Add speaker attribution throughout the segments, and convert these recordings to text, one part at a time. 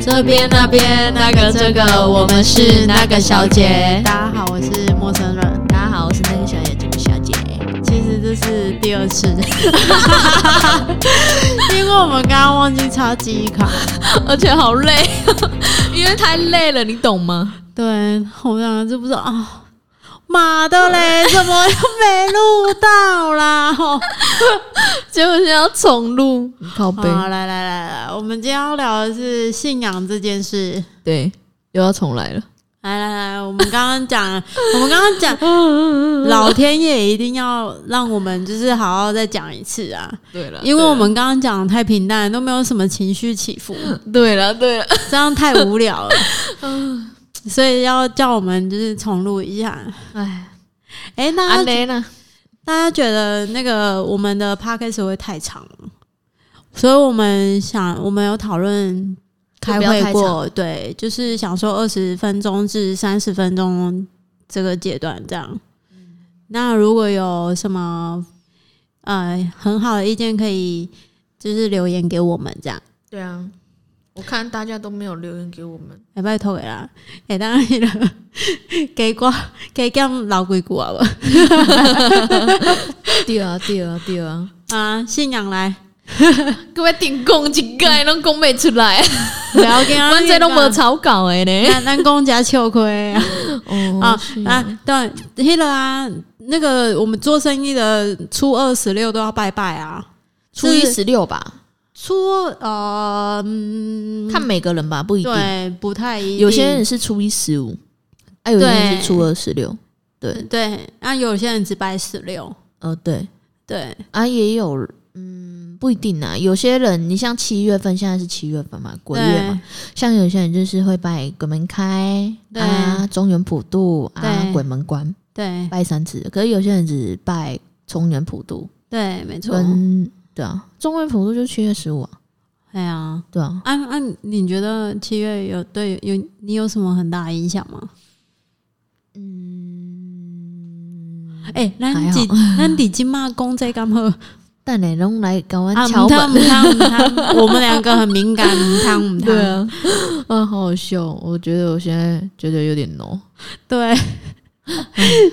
Speaker 1: 这边那边那个这个，我们是那个小姐。
Speaker 2: 大家好，我是陌生人。
Speaker 1: 大家好，我是那个小姐，这个小姐。
Speaker 2: 其实这是第二 次，因为我们刚刚忘记插记忆卡。
Speaker 1: 而且好累， 因为太累了，你懂吗？
Speaker 2: 对，我们两个就不知道啊，妈的嘞，怎么又没录到啦？哦
Speaker 1: 结果现在要重录，啊靠背，
Speaker 2: 好，来来来来，我们今天要聊的是信仰这件事。
Speaker 1: 对，又要重来了。
Speaker 2: 来来来，我们刚刚讲，我们刚刚讲，老天爷一定要让我们就是好好再讲一次啊！
Speaker 1: 对了，
Speaker 2: 因为我们刚刚讲的太平淡，都没有什么情绪起伏，
Speaker 1: 对了，对了，
Speaker 2: 这样太无聊了。所以要叫我们就是重录一下。
Speaker 1: 哎，
Speaker 2: 哎、
Speaker 1: 阿
Speaker 2: 那大家
Speaker 1: 雷呢？
Speaker 2: 大家觉得那个我们的 podcast 会不会太长了，所以我们想，我们有讨论开
Speaker 1: 就不要太
Speaker 2: 会过，
Speaker 1: 长
Speaker 2: 对，就是想说二十分钟至三十分钟这个阶段这样。那如果有什么呃很好的意见，可以就是留言给我们这样。
Speaker 1: 对啊，我看大家都没有留言给我们，
Speaker 2: 哎、拜托给啦，哎、当然迄个加挂加减老几句啊无
Speaker 1: 对啊，对啊，对啊，
Speaker 2: 啊，信仰来，
Speaker 1: 各位顶讲一盖拢讲袂出 来，
Speaker 2: 不要跟 啊，
Speaker 1: 完全拢无草稿的呢。
Speaker 2: 咱咱讲遮笑亏啊
Speaker 1: 哦
Speaker 2: 啊啊！对，迄个啊，那个我们做生意的初二十六都要拜拜啊，
Speaker 1: 初一
Speaker 2: 就是
Speaker 1: 十六吧，
Speaker 2: 初呃，嗯，
Speaker 1: 看每个人吧，不一定。
Speaker 2: 对，不太一定，
Speaker 1: 有些人是初一十五，啊，有些人
Speaker 2: 对
Speaker 1: 是初二十六。对，
Speaker 2: 对，那、有些人只拜十六，
Speaker 1: 呃，对，
Speaker 2: 对
Speaker 1: 啊，也有，嗯，不一定啊。有些人，你像七月份，现在是七月份嘛，鬼月嘛，像有些人就是会拜鬼门开
Speaker 2: 对
Speaker 1: 啊，中原普渡啊，
Speaker 2: 对
Speaker 1: 鬼门关
Speaker 2: 对
Speaker 1: 拜三次，可是有些人只拜中原普渡
Speaker 2: 对，没错，
Speaker 1: 跟对啊，中原普渡就七月十五啊，
Speaker 2: 哎呀。
Speaker 1: 对啊，
Speaker 2: 啊啊！你觉得七月有对有你有什么很大的影响吗？嗯，哎、
Speaker 1: 还
Speaker 2: 咱
Speaker 1: 好
Speaker 2: 底咱底今嘛讲这干好？
Speaker 1: 但你拢来搞完
Speaker 2: 啊，
Speaker 1: 桥
Speaker 2: 唔
Speaker 1: 本
Speaker 2: 汤。唔汤唔 汤，我们两个很敏感，唔汤唔
Speaker 1: 对
Speaker 2: 汤。
Speaker 1: 啊， 啊，好好笑！我觉得我现在觉得有点 no。
Speaker 2: 对，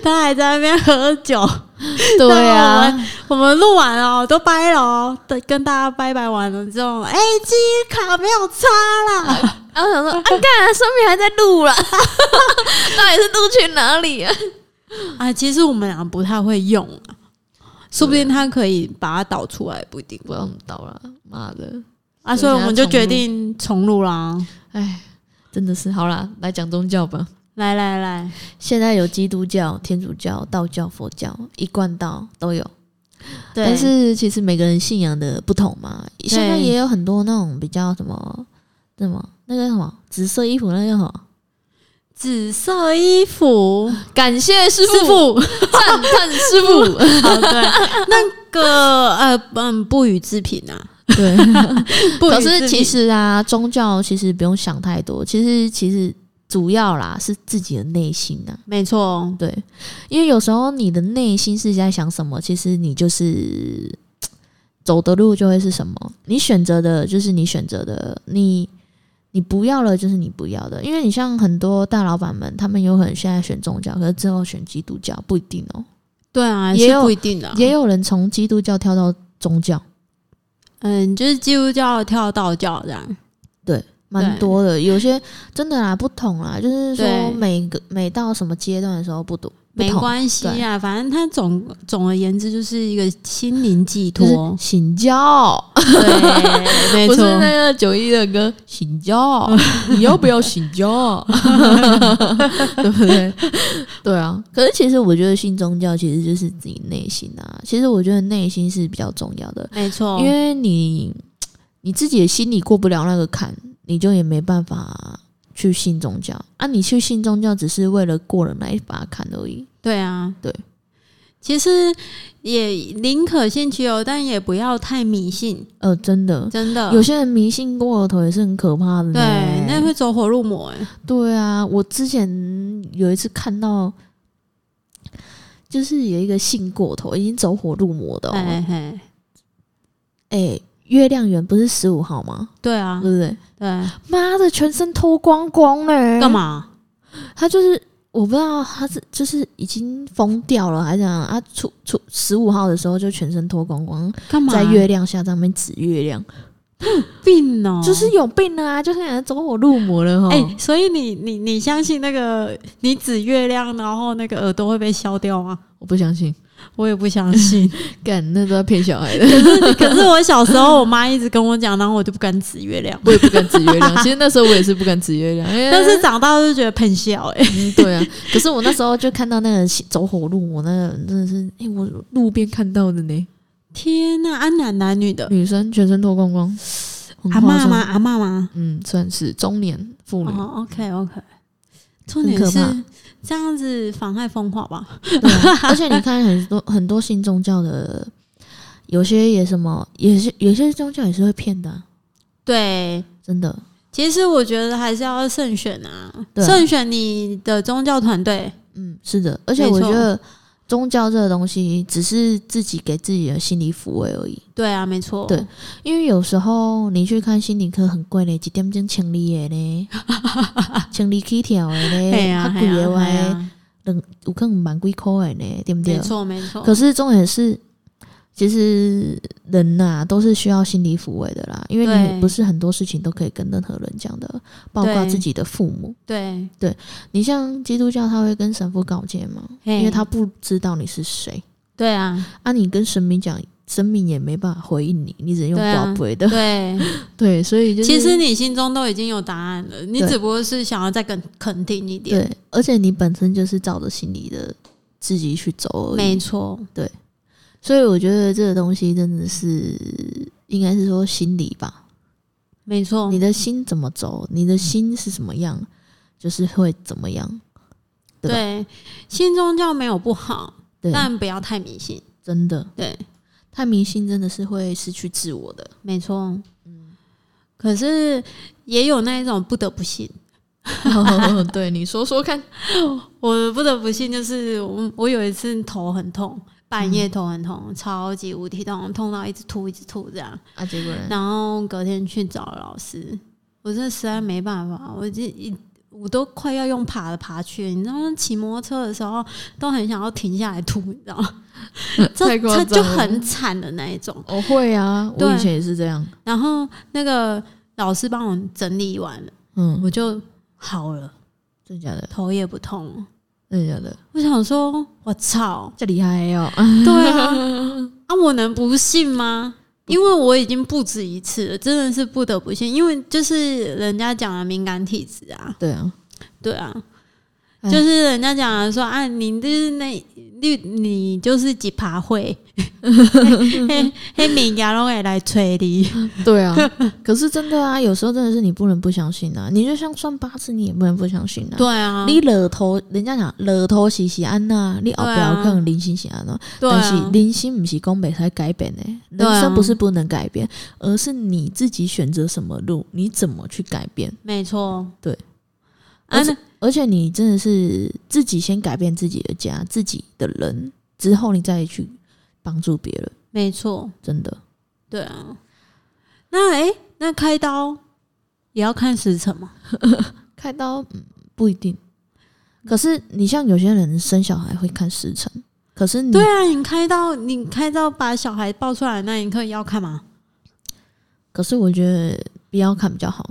Speaker 2: 他还在那边喝酒。
Speaker 1: 对
Speaker 2: 那我
Speaker 1: 啊
Speaker 2: 们，我们录完了哦，都掰了哦，对跟大家拜拜完了之后，哎、记忆卡没有插 啦。
Speaker 1: 然后想说，啊，干，上面还在录啦， 到底是录去哪里啊？
Speaker 2: 啊，其实我们两个不太会用啊，说不定他可以把它导出来，也不一定
Speaker 1: 不要到了，妈的！
Speaker 2: 啊。所以我们就决定重录啦。
Speaker 1: 哎，真的是好啦，来讲宗教吧。
Speaker 2: 来来来，
Speaker 1: 现在有基督教、天主教、道教、佛教、一贯道都有，
Speaker 2: 对，
Speaker 1: 但是其实每个人信仰的不同嘛。现在也有很多那种比较什么什么那个什么紫色衣服那个叫什么，
Speaker 2: 紫色衣服，
Speaker 1: 感谢师
Speaker 2: 师傅。
Speaker 1: 赞叹师傅。
Speaker 2: 哦，对，那个呃，嗯，不予置评啊。
Speaker 1: 对，
Speaker 2: 不
Speaker 1: 可
Speaker 2: 予置
Speaker 1: 是其
Speaker 2: 评
Speaker 1: 实啊，宗教其实不用想太多，其实其实主要啦是自己的内心啊。
Speaker 2: 没错，
Speaker 1: 对，因为有时候你的内心是在想什么，其实你就是嘖走的路就会是什么，你选择的就是你选择的，你你不要了就是你不要的。因为你像很多大老板们，他们有可能现在选宗教，可是之后选基督教不一定哦、
Speaker 2: 对啊，
Speaker 1: 也
Speaker 2: 是
Speaker 1: 有
Speaker 2: 不一定的啊、
Speaker 1: 也有人从基督教跳到宗教。
Speaker 2: 嗯，就是基督教跳道教这样，
Speaker 1: 蛮多的，有些真的啦，不同啦，就是说
Speaker 2: 对
Speaker 1: 每个每到什么阶段的时候不同，不
Speaker 2: 没
Speaker 1: 同，
Speaker 2: 关系
Speaker 1: 对
Speaker 2: 啊，反正它总总而言之就是一个心灵寄
Speaker 1: 就是
Speaker 2: 托，
Speaker 1: 醒觉，
Speaker 2: 对，没
Speaker 1: 不是
Speaker 2: 错，
Speaker 1: 那个九一的歌醒 觉，你要不要醒觉？ 对不对？对啊，可是其实我觉得信宗教其实就是自己内心啊，其实我觉得内心是比较重要的，
Speaker 2: 没错，
Speaker 1: 因为你你自己的心里过不了那个坎，你就也没办法去信宗教啊。你去信宗教只是为了过了那一把坎而已。
Speaker 2: 对啊，
Speaker 1: 对。
Speaker 2: 其实也宁可信其有，但也不要太迷信，
Speaker 1: 呃，真的，
Speaker 2: 真的。
Speaker 1: 有些人迷信过了头也是很可怕的呢。
Speaker 2: 对，那会走火入魔、欸。
Speaker 1: 对啊，我之前有一次看到，就是有一个信过头，已经走火入魔的、哦。
Speaker 2: 哎嘿，
Speaker 1: 哎、月亮圆不是十五号吗？
Speaker 2: 对啊
Speaker 1: 对，不对？
Speaker 2: 对，
Speaker 1: 妈的，全身脱光光嘞、
Speaker 2: 干？嘛？
Speaker 1: 他就是我不知道他是就是已经疯掉了还是怎样啊？初初十五号的时候就全身脱光光，
Speaker 2: 干嘛？哦
Speaker 1: 在月亮下上面指月亮，
Speaker 2: 病哦，
Speaker 1: 就是有病了啊！就是有人走火入魔了哈。
Speaker 2: 哎、所以你你你相信那个你指月亮，然后那个耳朵会被削掉吗？
Speaker 1: 我不相信，
Speaker 2: 我也不相 信。
Speaker 1: 干那都要骗小孩的。
Speaker 2: 可是我小时候，我妈一直跟我讲，然后我就不敢指月 亮。
Speaker 1: 我也不敢指月 亮，其实那时候我也是不敢指 月亮，因为
Speaker 2: 但是长大就觉得喷笑、哎，
Speaker 1: 嗯，对啊。 可是我那时候就看到那个走火入魔，那个真的是，哎、我路边看到的呢，
Speaker 2: 天呐、啊，男男女的，
Speaker 1: 女生全身脱光光，很
Speaker 2: 阿
Speaker 1: 夸
Speaker 2: 妈
Speaker 1: 张
Speaker 2: 吗？？阿妈吗？
Speaker 1: 嗯，算是中年妇女，
Speaker 2: 哦，OK OK，重
Speaker 1: 很
Speaker 2: 点
Speaker 1: 可
Speaker 2: 是
Speaker 1: 怕
Speaker 2: 这样子妨害风化吧？
Speaker 1: 对啊、而且你看很多很多信宗教的，有些也什么，也是有些宗教也是会骗的啊、
Speaker 2: 对，
Speaker 1: 真的。
Speaker 2: 其实我觉得还是要慎选啊，
Speaker 1: 对啊
Speaker 2: 慎选你的宗教团队。
Speaker 1: 嗯，是的，而且
Speaker 2: 没
Speaker 1: 我
Speaker 2: 错
Speaker 1: 觉得宗教这个东西只是自己给自己的心理抚慰而已。
Speaker 2: 对啊，没错。
Speaker 1: 对因为有时候你去看心理科很贵嘞，一点钟千二 的呢，千二起跳的
Speaker 2: 嘿
Speaker 1: 呢，
Speaker 2: 啊，嘿
Speaker 1: 较贵
Speaker 2: 啊
Speaker 1: 的话
Speaker 2: 嘿啊
Speaker 1: 有可能万几块的呢，对不
Speaker 2: 没
Speaker 1: 对？
Speaker 2: 错没错。
Speaker 1: 可是重点是，其实人呐、都是需要心理抚慰的啦，因为
Speaker 2: 对
Speaker 1: 你不是很多事情都可以跟任何人讲的，包括
Speaker 2: 对
Speaker 1: 自己的父母。
Speaker 2: 对，
Speaker 1: 你像基督教，他会跟神父告诫嘛，因
Speaker 2: 嘿
Speaker 1: 为他不知道你是谁
Speaker 2: 对 啊，
Speaker 1: 啊，你跟神明讲。神明也没办法回应你，你只能用
Speaker 2: 对啊
Speaker 1: 宝贝的。
Speaker 2: 对，
Speaker 1: 对，所以就是
Speaker 2: 其实你心中都已经有答案了，你
Speaker 1: 对
Speaker 2: 只不过是想要再更肯定一点。
Speaker 1: 对，而且你本身就是照着心里的自己去走而
Speaker 2: 没
Speaker 1: 已。
Speaker 2: 错，
Speaker 1: 所以我觉得这个东西真的是，应该是说心理吧。
Speaker 2: 没错
Speaker 1: 你，的心怎么走，你的心是什么样，就是会怎么样。对吧
Speaker 2: 对，信宗教没有不好，
Speaker 1: 对，
Speaker 2: 但不要太迷信。
Speaker 1: 真的
Speaker 2: 对，
Speaker 1: 太迷信真的是会失去自我 的。
Speaker 2: 没错。
Speaker 1: 嗯
Speaker 2: 可是也有那一种不得不信，
Speaker 1: 对，你说说看。
Speaker 2: 我不得不信，就是我我有一次头很痛，半
Speaker 1: 嗯
Speaker 2: 夜头很痛，超级无敌痛，痛到一直吐一直吐这样。
Speaker 1: 啊，结果呢？
Speaker 2: 然后隔天去找老师，我真的实在没办法，我就一我都快要用爬的爬去，你知道吗骑摩托车的时候都很想要停下来吐，你知道 吗？
Speaker 1: 嗯太
Speaker 2: 这
Speaker 1: 夸
Speaker 2: 这
Speaker 1: 张
Speaker 2: 就
Speaker 1: 了
Speaker 2: 很惨的那一种。
Speaker 1: 我会啊，我
Speaker 2: 对
Speaker 1: 以前也是这样。
Speaker 2: 然后那个老师帮我整理完了，
Speaker 1: 嗯，
Speaker 2: 我就好了，
Speaker 1: 真的假的？
Speaker 2: 头也不痛了。
Speaker 1: 真的假的？
Speaker 2: 我想说，我操，
Speaker 1: 这厉害哦！
Speaker 2: 对啊，啊，我能不信吗？因为我已经不止一次了，真的是不得不信，因为就是人家讲的敏感体质啊，
Speaker 1: 对啊，
Speaker 2: 对啊，
Speaker 1: 哎
Speaker 2: 就是人家讲的说啊，你就是那你你就是几爬 会，黑黑敏感拢会来催你，
Speaker 1: 对啊，可是真的啊，有时候真的是你不能不相信啊。你就像算八字，你也不能不相信啊。
Speaker 2: 对啊，
Speaker 1: 你惹头，人家讲惹头是是安呐，你后
Speaker 2: 对
Speaker 1: 边
Speaker 2: 啊
Speaker 1: 有可能人心是安呐，
Speaker 2: 对
Speaker 1: 但是
Speaker 2: 啊，
Speaker 1: 人心不是讲袂使改变的，
Speaker 2: 对啊
Speaker 1: 人生不是不能改变，而是你自己选择什么路，你怎么去改变。
Speaker 2: 没错，
Speaker 1: 对，
Speaker 2: 啊，
Speaker 1: 而且
Speaker 2: 那
Speaker 1: 而且你真的是自己先改变自己的家、自己的人，之后你再去帮助别人，
Speaker 2: 没错，
Speaker 1: 真的。
Speaker 2: 对啊，那哎、那开刀也要看时辰吗？
Speaker 1: 开刀、嗯、不一定，可是你像有些人生小孩会看时辰，可是你
Speaker 2: 对啊，你开到你开到把小孩抱出来那一刻要看嘛，
Speaker 1: 可是我觉得不要看比较好。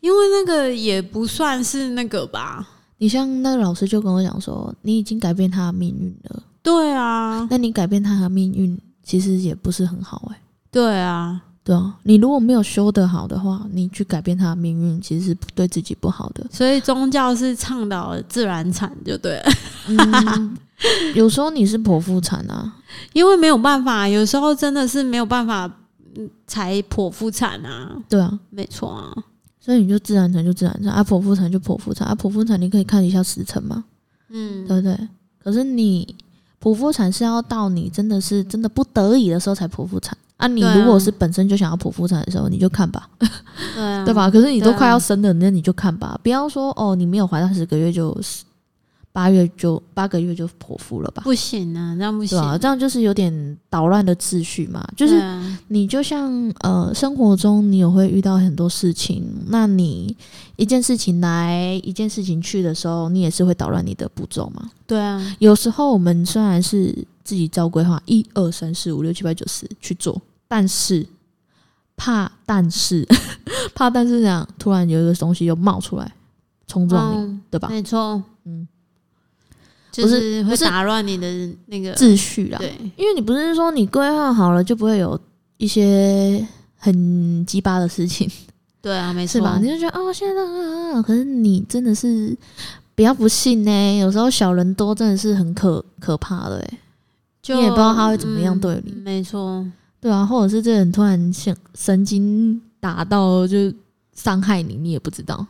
Speaker 2: 因为那个也不算是那个吧。
Speaker 1: 你像那个老师就跟我讲说，你已经改变他的命运了，
Speaker 2: 对啊，
Speaker 1: 那你改变他的命运其实也不是很好哎、
Speaker 2: 对啊，。
Speaker 1: 对啊，你如果没有修得好的话，你去改变他的命运，其实是对自己不好的
Speaker 2: 所以宗教是倡导自然产，就对了，
Speaker 1: 嗯， 有时候你是剖腹产啊，
Speaker 2: 因为没有办法，有时候真的是没有办法嗯才剖腹产啊，
Speaker 1: 对啊，
Speaker 2: 没错啊，
Speaker 1: 所以你就自然产就自然产，啊剖腹产就剖腹产，啊剖腹产你可以看一下时辰嘛，
Speaker 2: 嗯，
Speaker 1: 对不对？可是你剖腹产是要到你真的是真的不得已的时候才剖腹产啊！你
Speaker 2: 对啊
Speaker 1: 如果是本身就想要剖腹产的时候，你就看吧，
Speaker 2: 对啊，
Speaker 1: 对？吧？可是你都
Speaker 2: 对啊
Speaker 1: 快要生了，那你就看吧，不要说哦，你没有怀到十个月就八月就八个月就剖腹了吧？
Speaker 2: 不行啊，这样不
Speaker 1: 对
Speaker 2: 行。
Speaker 1: 啊，这样就是有点捣乱的秩序嘛。就
Speaker 2: 对
Speaker 1: 是
Speaker 2: 啊
Speaker 1: 你就像呃，生活中你也会遇到很多事情，那你一件事情来一件事情去的时候，你也是会捣乱你的步骤嘛。
Speaker 2: 对啊，
Speaker 1: 有时候我们虽然是自己照规划一二三四五六七八九十去做，但是怕但是 怕但是这样，突然有一个东西又冒出来冲撞你，
Speaker 2: 嗯，
Speaker 1: 对吧？
Speaker 2: 没错，
Speaker 1: 嗯，
Speaker 2: 就
Speaker 1: 不是
Speaker 2: 是
Speaker 1: 不
Speaker 2: 会
Speaker 1: 是
Speaker 2: 打乱你的那个
Speaker 1: 秩序啦，
Speaker 2: 对
Speaker 1: 因为你不是说你规划好了就不会有一些很鸡巴的事情，
Speaker 2: 对啊，没
Speaker 1: 是
Speaker 2: 错
Speaker 1: 吧？你就觉得哦，现在都很好，可是你真的是不要不信呢、有时候小人多真的是很可可怕的、欸，
Speaker 2: 就
Speaker 1: 你也不知道他会怎么样对你
Speaker 2: 嗯没错，
Speaker 1: 对啊，或者是这人突然像神经打到就伤害你，你也不知道。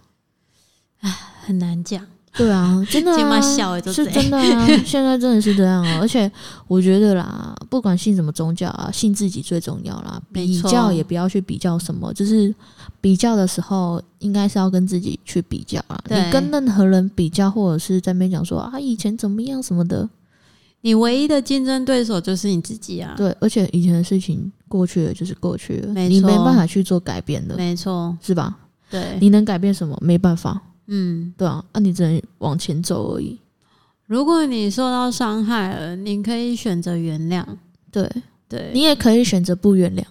Speaker 2: 很难讲。
Speaker 1: 对 啊，真的、
Speaker 2: 这
Speaker 1: 啊
Speaker 2: 么小的都
Speaker 1: 是
Speaker 2: 这样
Speaker 1: 真的 啊，现在真的是这样啊。而且我觉得啦，不管信什么宗教啊，信自己最重要啦。
Speaker 2: 没
Speaker 1: 比
Speaker 2: 错
Speaker 1: 较也不要去比较什么，就是比较的时候，应该是要跟自己去比较啊。
Speaker 2: 对
Speaker 1: 你跟任何人比较，或者是在那边讲说啊，以前怎么样什么的，
Speaker 2: 你唯一的竞争对手就是你自己啊，
Speaker 1: 对。而且以前的事情过去了就是过去了，
Speaker 2: 没
Speaker 1: 你没
Speaker 2: 错
Speaker 1: 办法去做改变的，
Speaker 2: 没错，
Speaker 1: 是吧？
Speaker 2: 对，
Speaker 1: 你能改变什么？没办法，
Speaker 2: 嗯，
Speaker 1: 对啊，那、你只能往前走而已。
Speaker 2: 如果你受到伤害了，你可以选择原谅，
Speaker 1: 对
Speaker 2: 对，
Speaker 1: 你也可以选择不原谅，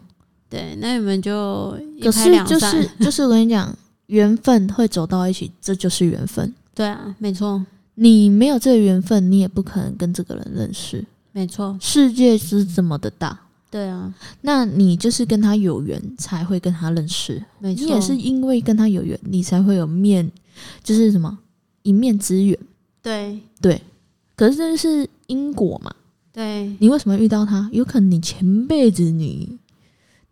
Speaker 2: 对，那你们就一
Speaker 1: 可
Speaker 2: 拍
Speaker 1: 是
Speaker 2: 两
Speaker 1: 就
Speaker 2: 散，
Speaker 1: 是就是我跟你讲，缘分会走到一起，这就是缘分。
Speaker 2: 对啊，没错，
Speaker 1: 你没有这个缘分，你也不可能跟这个人认识。
Speaker 2: 没错，
Speaker 1: 世界是这么的大，
Speaker 2: 对啊，
Speaker 1: 那你就是跟他有缘，才会跟他认识。
Speaker 2: 没错，
Speaker 1: 你也是因为跟他有缘，你才会有面，就是什么一面之缘。
Speaker 2: 对
Speaker 1: 可是这是因果嘛？
Speaker 2: 对，
Speaker 1: 你为什么遇到他？有可能你前辈子你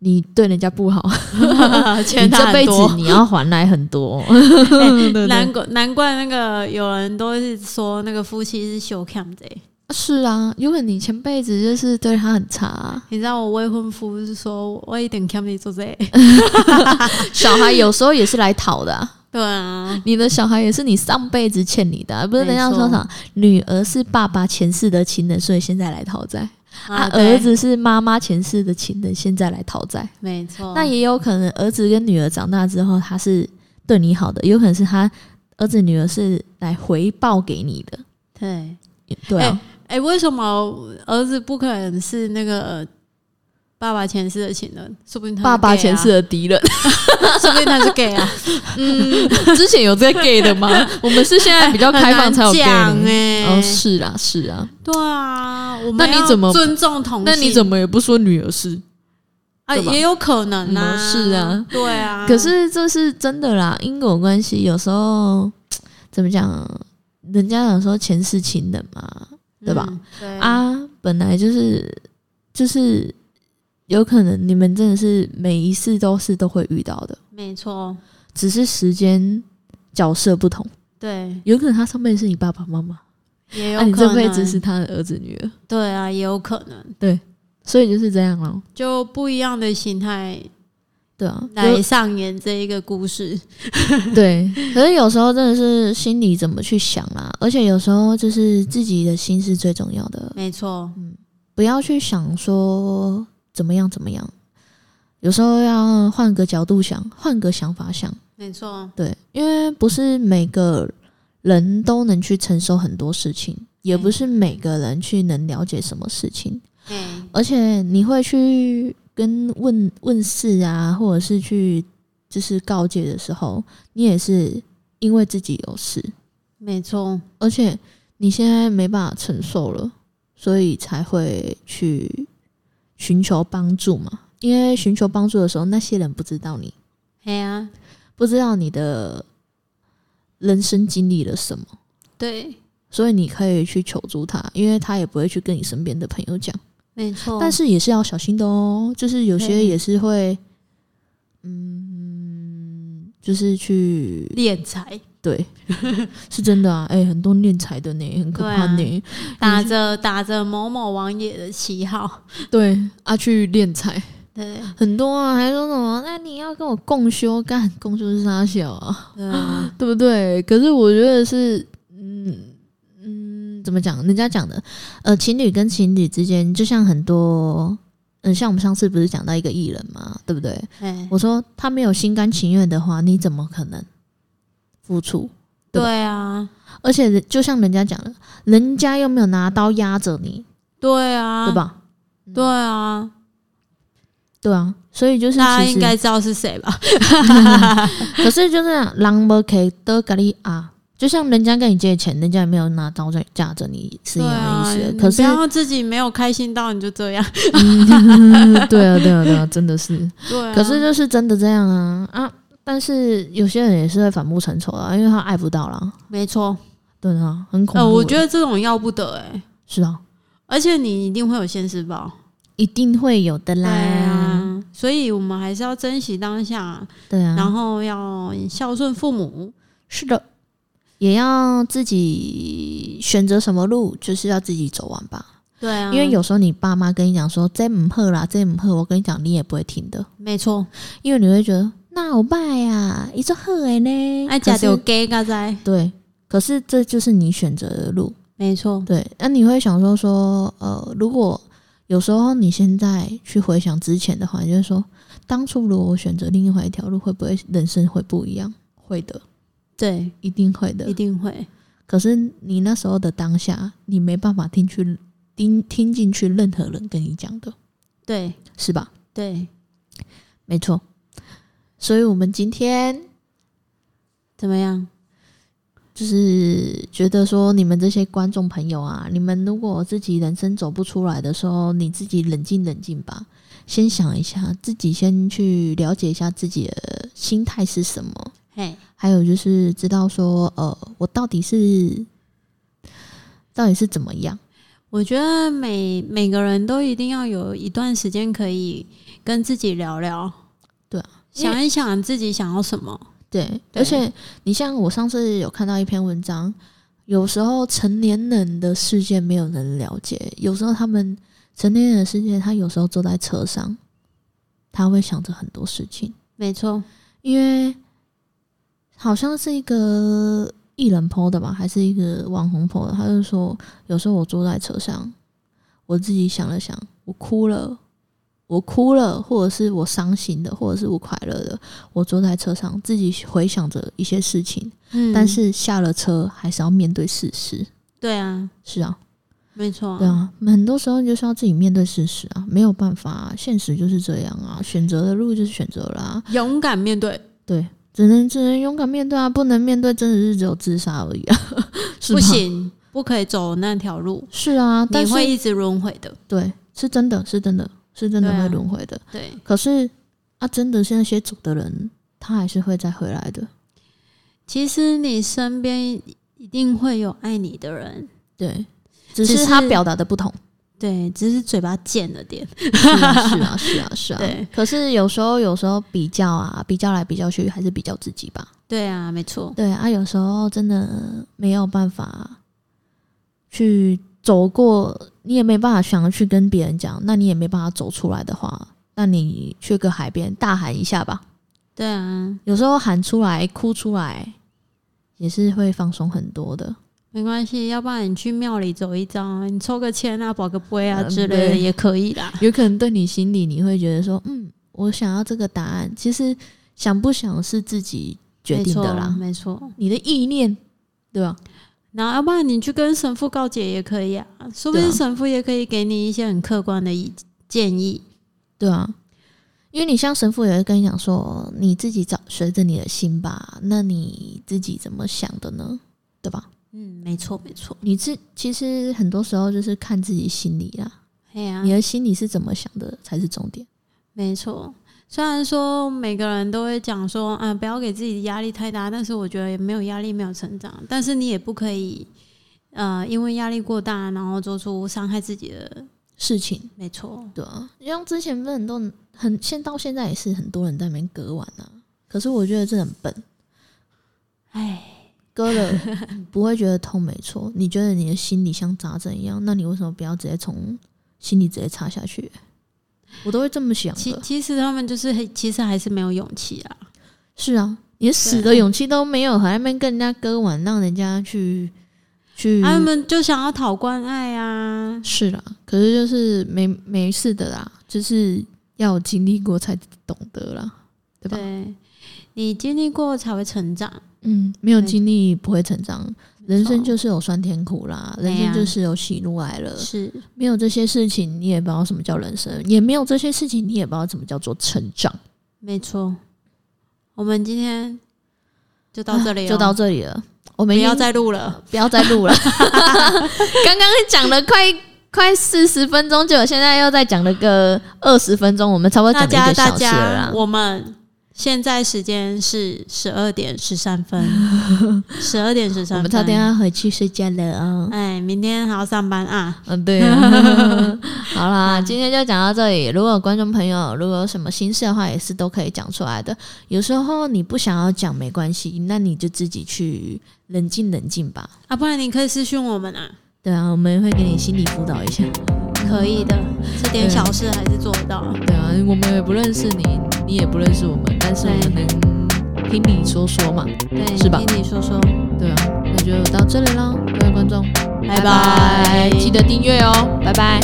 Speaker 1: 你对人家不好，
Speaker 2: 欠
Speaker 1: 你
Speaker 2: 他
Speaker 1: 这
Speaker 2: 很
Speaker 1: 辈子
Speaker 2: 多。
Speaker 1: 你要还来很 多。
Speaker 2: 难怪难怪那个有人都是说那个夫妻是修 cam 贼，
Speaker 1: 是啊，因为你前辈子就是对他很差、啊
Speaker 2: 你知道我未婚夫是说我一点 cam 你做贼，
Speaker 1: 小孩有时候也是来讨的啊、
Speaker 2: 对啊，
Speaker 1: 你的小孩也是你上辈子欠你的啊、不是人家说啥女儿是爸爸前世的情人，所以现在来讨债； 啊，
Speaker 2: 对
Speaker 1: 儿子是妈妈前世的情人，现在来讨债。
Speaker 2: 没错，
Speaker 1: 那也有可能儿子跟女儿长大之后，他是对你好的，有可能是他儿子女儿是来回报给你的。
Speaker 2: 对，
Speaker 1: 对啊，
Speaker 2: 哎、为什么儿子不可能是那个呃爸爸前世的情人？说不定他是
Speaker 1: 爸爸
Speaker 2: gay 啊
Speaker 1: 前世，的敌人。
Speaker 2: 说不定他是 gay 啊，
Speaker 1: 嗯， 之前有在 gay 的吗？我们是现在 比较开放才有 gay
Speaker 2: 很难讲
Speaker 1: 的。
Speaker 2: 欸
Speaker 1: 哦，是啊，是啊。
Speaker 2: 对啊，我
Speaker 1: 那
Speaker 2: 们
Speaker 1: 你
Speaker 2: 要
Speaker 1: 怎么
Speaker 2: 尊重同性？
Speaker 1: 那你怎
Speaker 2: 么
Speaker 1: 么也不说女儿是？
Speaker 2: 啊？
Speaker 1: 对吧
Speaker 2: 也有可能啊，
Speaker 1: 嗯是啊，
Speaker 2: 对啊。
Speaker 1: 可是这是真的啦，因果关系有时候怎么讲？人家有时候前世情人嘛，对吧
Speaker 2: 嗯？对啊，
Speaker 1: 啊，本来就是就是有可能你们真的是每一世都是都会遇到的，
Speaker 2: 没错，
Speaker 1: 只是时间角色不同。
Speaker 2: 对，
Speaker 1: 有可能他上辈子是你爸爸妈妈，
Speaker 2: 也有
Speaker 1: 那、
Speaker 2: 可
Speaker 1: 啊你
Speaker 2: 能。
Speaker 1: 这辈子是他的儿子女儿，
Speaker 2: 对啊，也有可能，
Speaker 1: 所以就是这样咯。
Speaker 2: 就不一样的形态
Speaker 1: 对啊，
Speaker 2: 来上演这一个故事。
Speaker 1: 对，可是有时候真的是心里怎么去想啦、而且有时候就是自己的心是最重要的，
Speaker 2: 没错，
Speaker 1: 不要去想说怎么样怎么样，有时候要换个角度想，换个想法想，
Speaker 2: 没错，
Speaker 1: 对，因为不是每个人都能去承受很多事情，也不是每个人去能了解什么事情，
Speaker 2: 哎，
Speaker 1: 而且你会去跟问问事啊，或者是去就是告诫的时候，你也是因为自己有事，
Speaker 2: 没错，
Speaker 1: 而且你现在没办法承受了，所以才会去寻求帮助嘛。因为寻求帮助的时候，那些人不知道你，
Speaker 2: 哎呀，
Speaker 1: 不知道你的人生经历了什么，
Speaker 2: 对，
Speaker 1: 所以你可以去求助他，因为他也不会去跟你身边的朋友讲。
Speaker 2: 没错。
Speaker 1: 但是也是要小心的哦，就是有些
Speaker 2: 对
Speaker 1: 也是会，嗯，就是去
Speaker 2: 敛财，
Speaker 1: 对，是真的啊，哎、很多敛财的呢，很可怕呢，
Speaker 2: 打着打着某某王爷的旗号，
Speaker 1: 对啊，去敛财
Speaker 2: 对
Speaker 1: 很多啊，还说什么，那你要跟我共修，干共修是啥小啊，
Speaker 2: 对啊，
Speaker 1: 对不对？可是我觉得是，嗯嗯，怎么讲？人家讲的，呃，情侣跟情侣之间，就像很多，嗯、像我们上次不是讲到一个艺人嘛，对不对？
Speaker 2: 哎，
Speaker 1: 我说他没有心甘情愿的话，你怎么可能付出？对吧
Speaker 2: 对啊，
Speaker 1: 而且人就像人家讲的，人家又没有拿刀压着你，
Speaker 2: 对啊，
Speaker 1: 对？吧？
Speaker 2: 对啊，
Speaker 1: 对啊，所以就是
Speaker 2: 大家
Speaker 1: 其实
Speaker 2: 应该知道是谁吧？
Speaker 1: 可是就是狼不可以得咖喱啊，就像人家跟你借钱，人家也没有拿刀在架着你是一
Speaker 2: 对
Speaker 1: 样
Speaker 2: 啊
Speaker 1: 的意思。，
Speaker 2: 你
Speaker 1: 可是
Speaker 2: 不，要自己没有开心到你就这 样。
Speaker 1: 嗯 对啊，对啊，对啊，真的是。
Speaker 2: 对啊，
Speaker 1: 可是就是真的这样啊啊！但是有些人也是会反目成仇啊，因为他爱不到啦。
Speaker 2: 没错，
Speaker 1: 对啊，很恐怖欸、
Speaker 2: 呃，我觉得这种要不得哎、
Speaker 1: 是啊，
Speaker 2: 而且你一定会有现实报。
Speaker 1: 一定会有的
Speaker 2: 对
Speaker 1: 啦。
Speaker 2: 啊，所以我们还是要珍惜当下，
Speaker 1: 对啊，
Speaker 2: 然后要孝顺父母。
Speaker 1: 是的，也要自己选择什么路，就是要自己走完吧。
Speaker 2: 对啊，
Speaker 1: 因为有时候你爸妈跟你讲说这唔喝啦，这唔喝，我跟你讲你也不会听的，
Speaker 2: 没错，
Speaker 1: 因为你会觉得那我啊爸呀，一做喝诶呢，
Speaker 2: 爱
Speaker 1: 可
Speaker 2: 家
Speaker 1: 是
Speaker 2: 就给个在，
Speaker 1: 对，可是这就是你选择的路，
Speaker 2: 没错，
Speaker 1: 对，那你会想说说呃，如果有时候你现在去回想之前的话，你就会说当初如果我选择另外一条路，会不会人生会不一样？会的，
Speaker 2: 对，
Speaker 1: 一定会的
Speaker 2: 一。定会。
Speaker 1: 可是你那时候的当下，你没办法听去听听进去任何人跟你讲的，
Speaker 2: 对
Speaker 1: 是吧？
Speaker 2: 对，
Speaker 1: 没错。所以我们今天
Speaker 2: 怎么样？
Speaker 1: 就是觉得说，你们这些观众朋友啊，你们如果自己人生走不出来的时候，你自己冷静冷静吧，先想一下，自己先去了解一下自己的心态是什么，
Speaker 2: 嘿，
Speaker 1: 还有就是知道说，呃，我到底是到底是怎么样？
Speaker 2: 我觉得每每个人都一定要有一段时间可以跟自己聊聊，
Speaker 1: 对啊
Speaker 2: 想一想自己想要什么。
Speaker 1: 对，
Speaker 2: 对
Speaker 1: 而且你像我上次有看到一篇文章，有时候成年人的世界没有人了解，有时候他们成年人的世界，他有时候坐在车上，他会想着很多事情，
Speaker 2: 没错，
Speaker 1: 因为好像是一个艺人 PO 的吧，还是一个网红 PO 的，他就说有时候我坐在车上，我自己想了想，我哭了。我哭了，或者是我伤心的，或者是我快乐的。我坐在车上，自己回想着一些事情，
Speaker 2: 嗯，
Speaker 1: 但是下了车还是要面对事实。
Speaker 2: 对啊，
Speaker 1: 是啊，
Speaker 2: 没错，
Speaker 1: 对啊，很多时候就是要自己面对事实啊，没有办法、现实就是这样啊，选择的路就是选择啦、
Speaker 2: 勇敢面对，
Speaker 1: 对，只能只能勇敢面对啊，不能面对真的是只有自杀而已啊， 是
Speaker 2: 不
Speaker 1: 吧？
Speaker 2: 行，不可以走那条路，
Speaker 1: 是啊，但
Speaker 2: 你
Speaker 1: 是
Speaker 2: 会一直轮回的。
Speaker 1: 对，是真的是真的是真的
Speaker 2: 对啊
Speaker 1: 会轮回的。
Speaker 2: 对，
Speaker 1: 可是啊，真的是那些走的人，他还是会再回来的。
Speaker 2: 其实你身边一定会有爱你的人，
Speaker 1: 对，只
Speaker 2: 只
Speaker 1: 是他
Speaker 2: 是
Speaker 1: 表达的不同。
Speaker 2: 对，只是嘴巴贱了点。
Speaker 1: 是啊，是啊，是啊，是啊。
Speaker 2: 对
Speaker 1: 可是有时候，有时候比较啊，比较来比较去，还是比较自己吧。
Speaker 2: 对啊，没错，
Speaker 1: 对啊，有时候真的没有办法去走过，你也没办法想要去跟别人讲，那你也没办法走出来的话，那你去个海边大喊一下吧。
Speaker 2: 对啊，
Speaker 1: 有时候喊出来、哭出来，也是会放松很多的。
Speaker 2: 没关系，要不然你去庙里走一遭，你抽个签啊，保个杯啊
Speaker 1: 嗯
Speaker 2: 之类的
Speaker 1: 对
Speaker 2: 也可以啦。
Speaker 1: 有可能对你心里你会觉得说，嗯，我想要这个答案。其实想不想是自己决定的啦。
Speaker 2: 没错。没错
Speaker 1: 你的意念，对吧？
Speaker 2: 然后，要不然你去跟神父告解也可以啊，说不
Speaker 1: 对
Speaker 2: 定
Speaker 1: 啊
Speaker 2: 神父也可以给你一些很客观的意建议。
Speaker 1: 对啊，因为你像神父也会跟你讲说，你自己找随着你的心吧，那你自己怎么想的呢？对吧？
Speaker 2: 嗯，没错，没错。
Speaker 1: 你自其实很多时候就是看自己心里啦，
Speaker 2: 哎呀、
Speaker 1: 你的心里是怎么想的才是重点。
Speaker 2: 没错，虽然说每个人都会讲说啊，不要给自己压力太大，但是我觉得也没有压力没有成长，但是你也不可以呃，因为压力过大，然后做出伤害自己的。
Speaker 1: 事情
Speaker 2: 没错，
Speaker 1: 对啊，像之前不是很多人很现到现在也是很多人在那边割腕啊，可是我觉得这很笨，
Speaker 2: 哎，
Speaker 1: 割了不会觉得痛，没错，你觉得你的心里像扎针一样，那你为什么不要直接从心里直接插下去？我都会这么想
Speaker 2: 其
Speaker 1: 的。
Speaker 2: 其实他们就是很其实还是没有勇气啊。
Speaker 1: 是啊，连死的勇气都没有，还在那边跟人家割腕，让人家去去
Speaker 2: 他们就想要讨关爱啊，
Speaker 1: 是啦，可是就是没没事的啦，就是要有经历过才懂得啦，对吧？
Speaker 2: 对，你经历过才会成长，
Speaker 1: 嗯，没有
Speaker 2: 对
Speaker 1: 经历不会成长，人生
Speaker 2: 错
Speaker 1: 就是有酸甜苦辣，
Speaker 2: 对啊
Speaker 1: 人生
Speaker 2: 呀
Speaker 1: 就是有喜怒哀乐，
Speaker 2: 是
Speaker 1: 没有这些事情你也不知道什么叫人生，也没有这些事情你也不知道怎么叫做成长。
Speaker 2: 没错。我们今天就到这里、
Speaker 1: 啊
Speaker 2: 哦
Speaker 1: 就到这里了，我
Speaker 2: 不
Speaker 1: 们已
Speaker 2: 要
Speaker 1: 经
Speaker 2: 再录了。
Speaker 1: 不要再录了。 刚刚讲了快快四十分钟，结果现在又再讲了个二十分钟，我们差不多
Speaker 2: 大
Speaker 1: 讲了
Speaker 2: 家
Speaker 1: 一
Speaker 2: 大
Speaker 1: 个小时
Speaker 2: 家
Speaker 1: 了啦，。
Speaker 2: 我们现在时间是十二点十三分， 十二点十
Speaker 1: 我
Speaker 2: 三
Speaker 1: 们
Speaker 2: 分。
Speaker 1: 差点啊要回去睡觉了啊！
Speaker 2: 哎，明天还要上班啊！
Speaker 1: 嗯，对啊，好啦，今天就讲到这里。如果观众朋友如果有什么心事的话，也是都可以讲出来的。有时候你不想要讲没关系，那你就自己去冷静冷静吧。
Speaker 2: 啊，不然你可以私讯我们啊，
Speaker 1: 对啊，我们会给你心理辅导一下。
Speaker 2: 可以的，这点小事还是做得到。
Speaker 1: 对啊，我们也不认识你，你也不认识我们，但是我们能听你说说嘛。
Speaker 2: 对，
Speaker 1: 是吧嗯
Speaker 2: 听你说说，
Speaker 1: 对啊，那就到这里喽，各位观众，
Speaker 2: 拜拜
Speaker 1: 记得订阅哦，拜拜。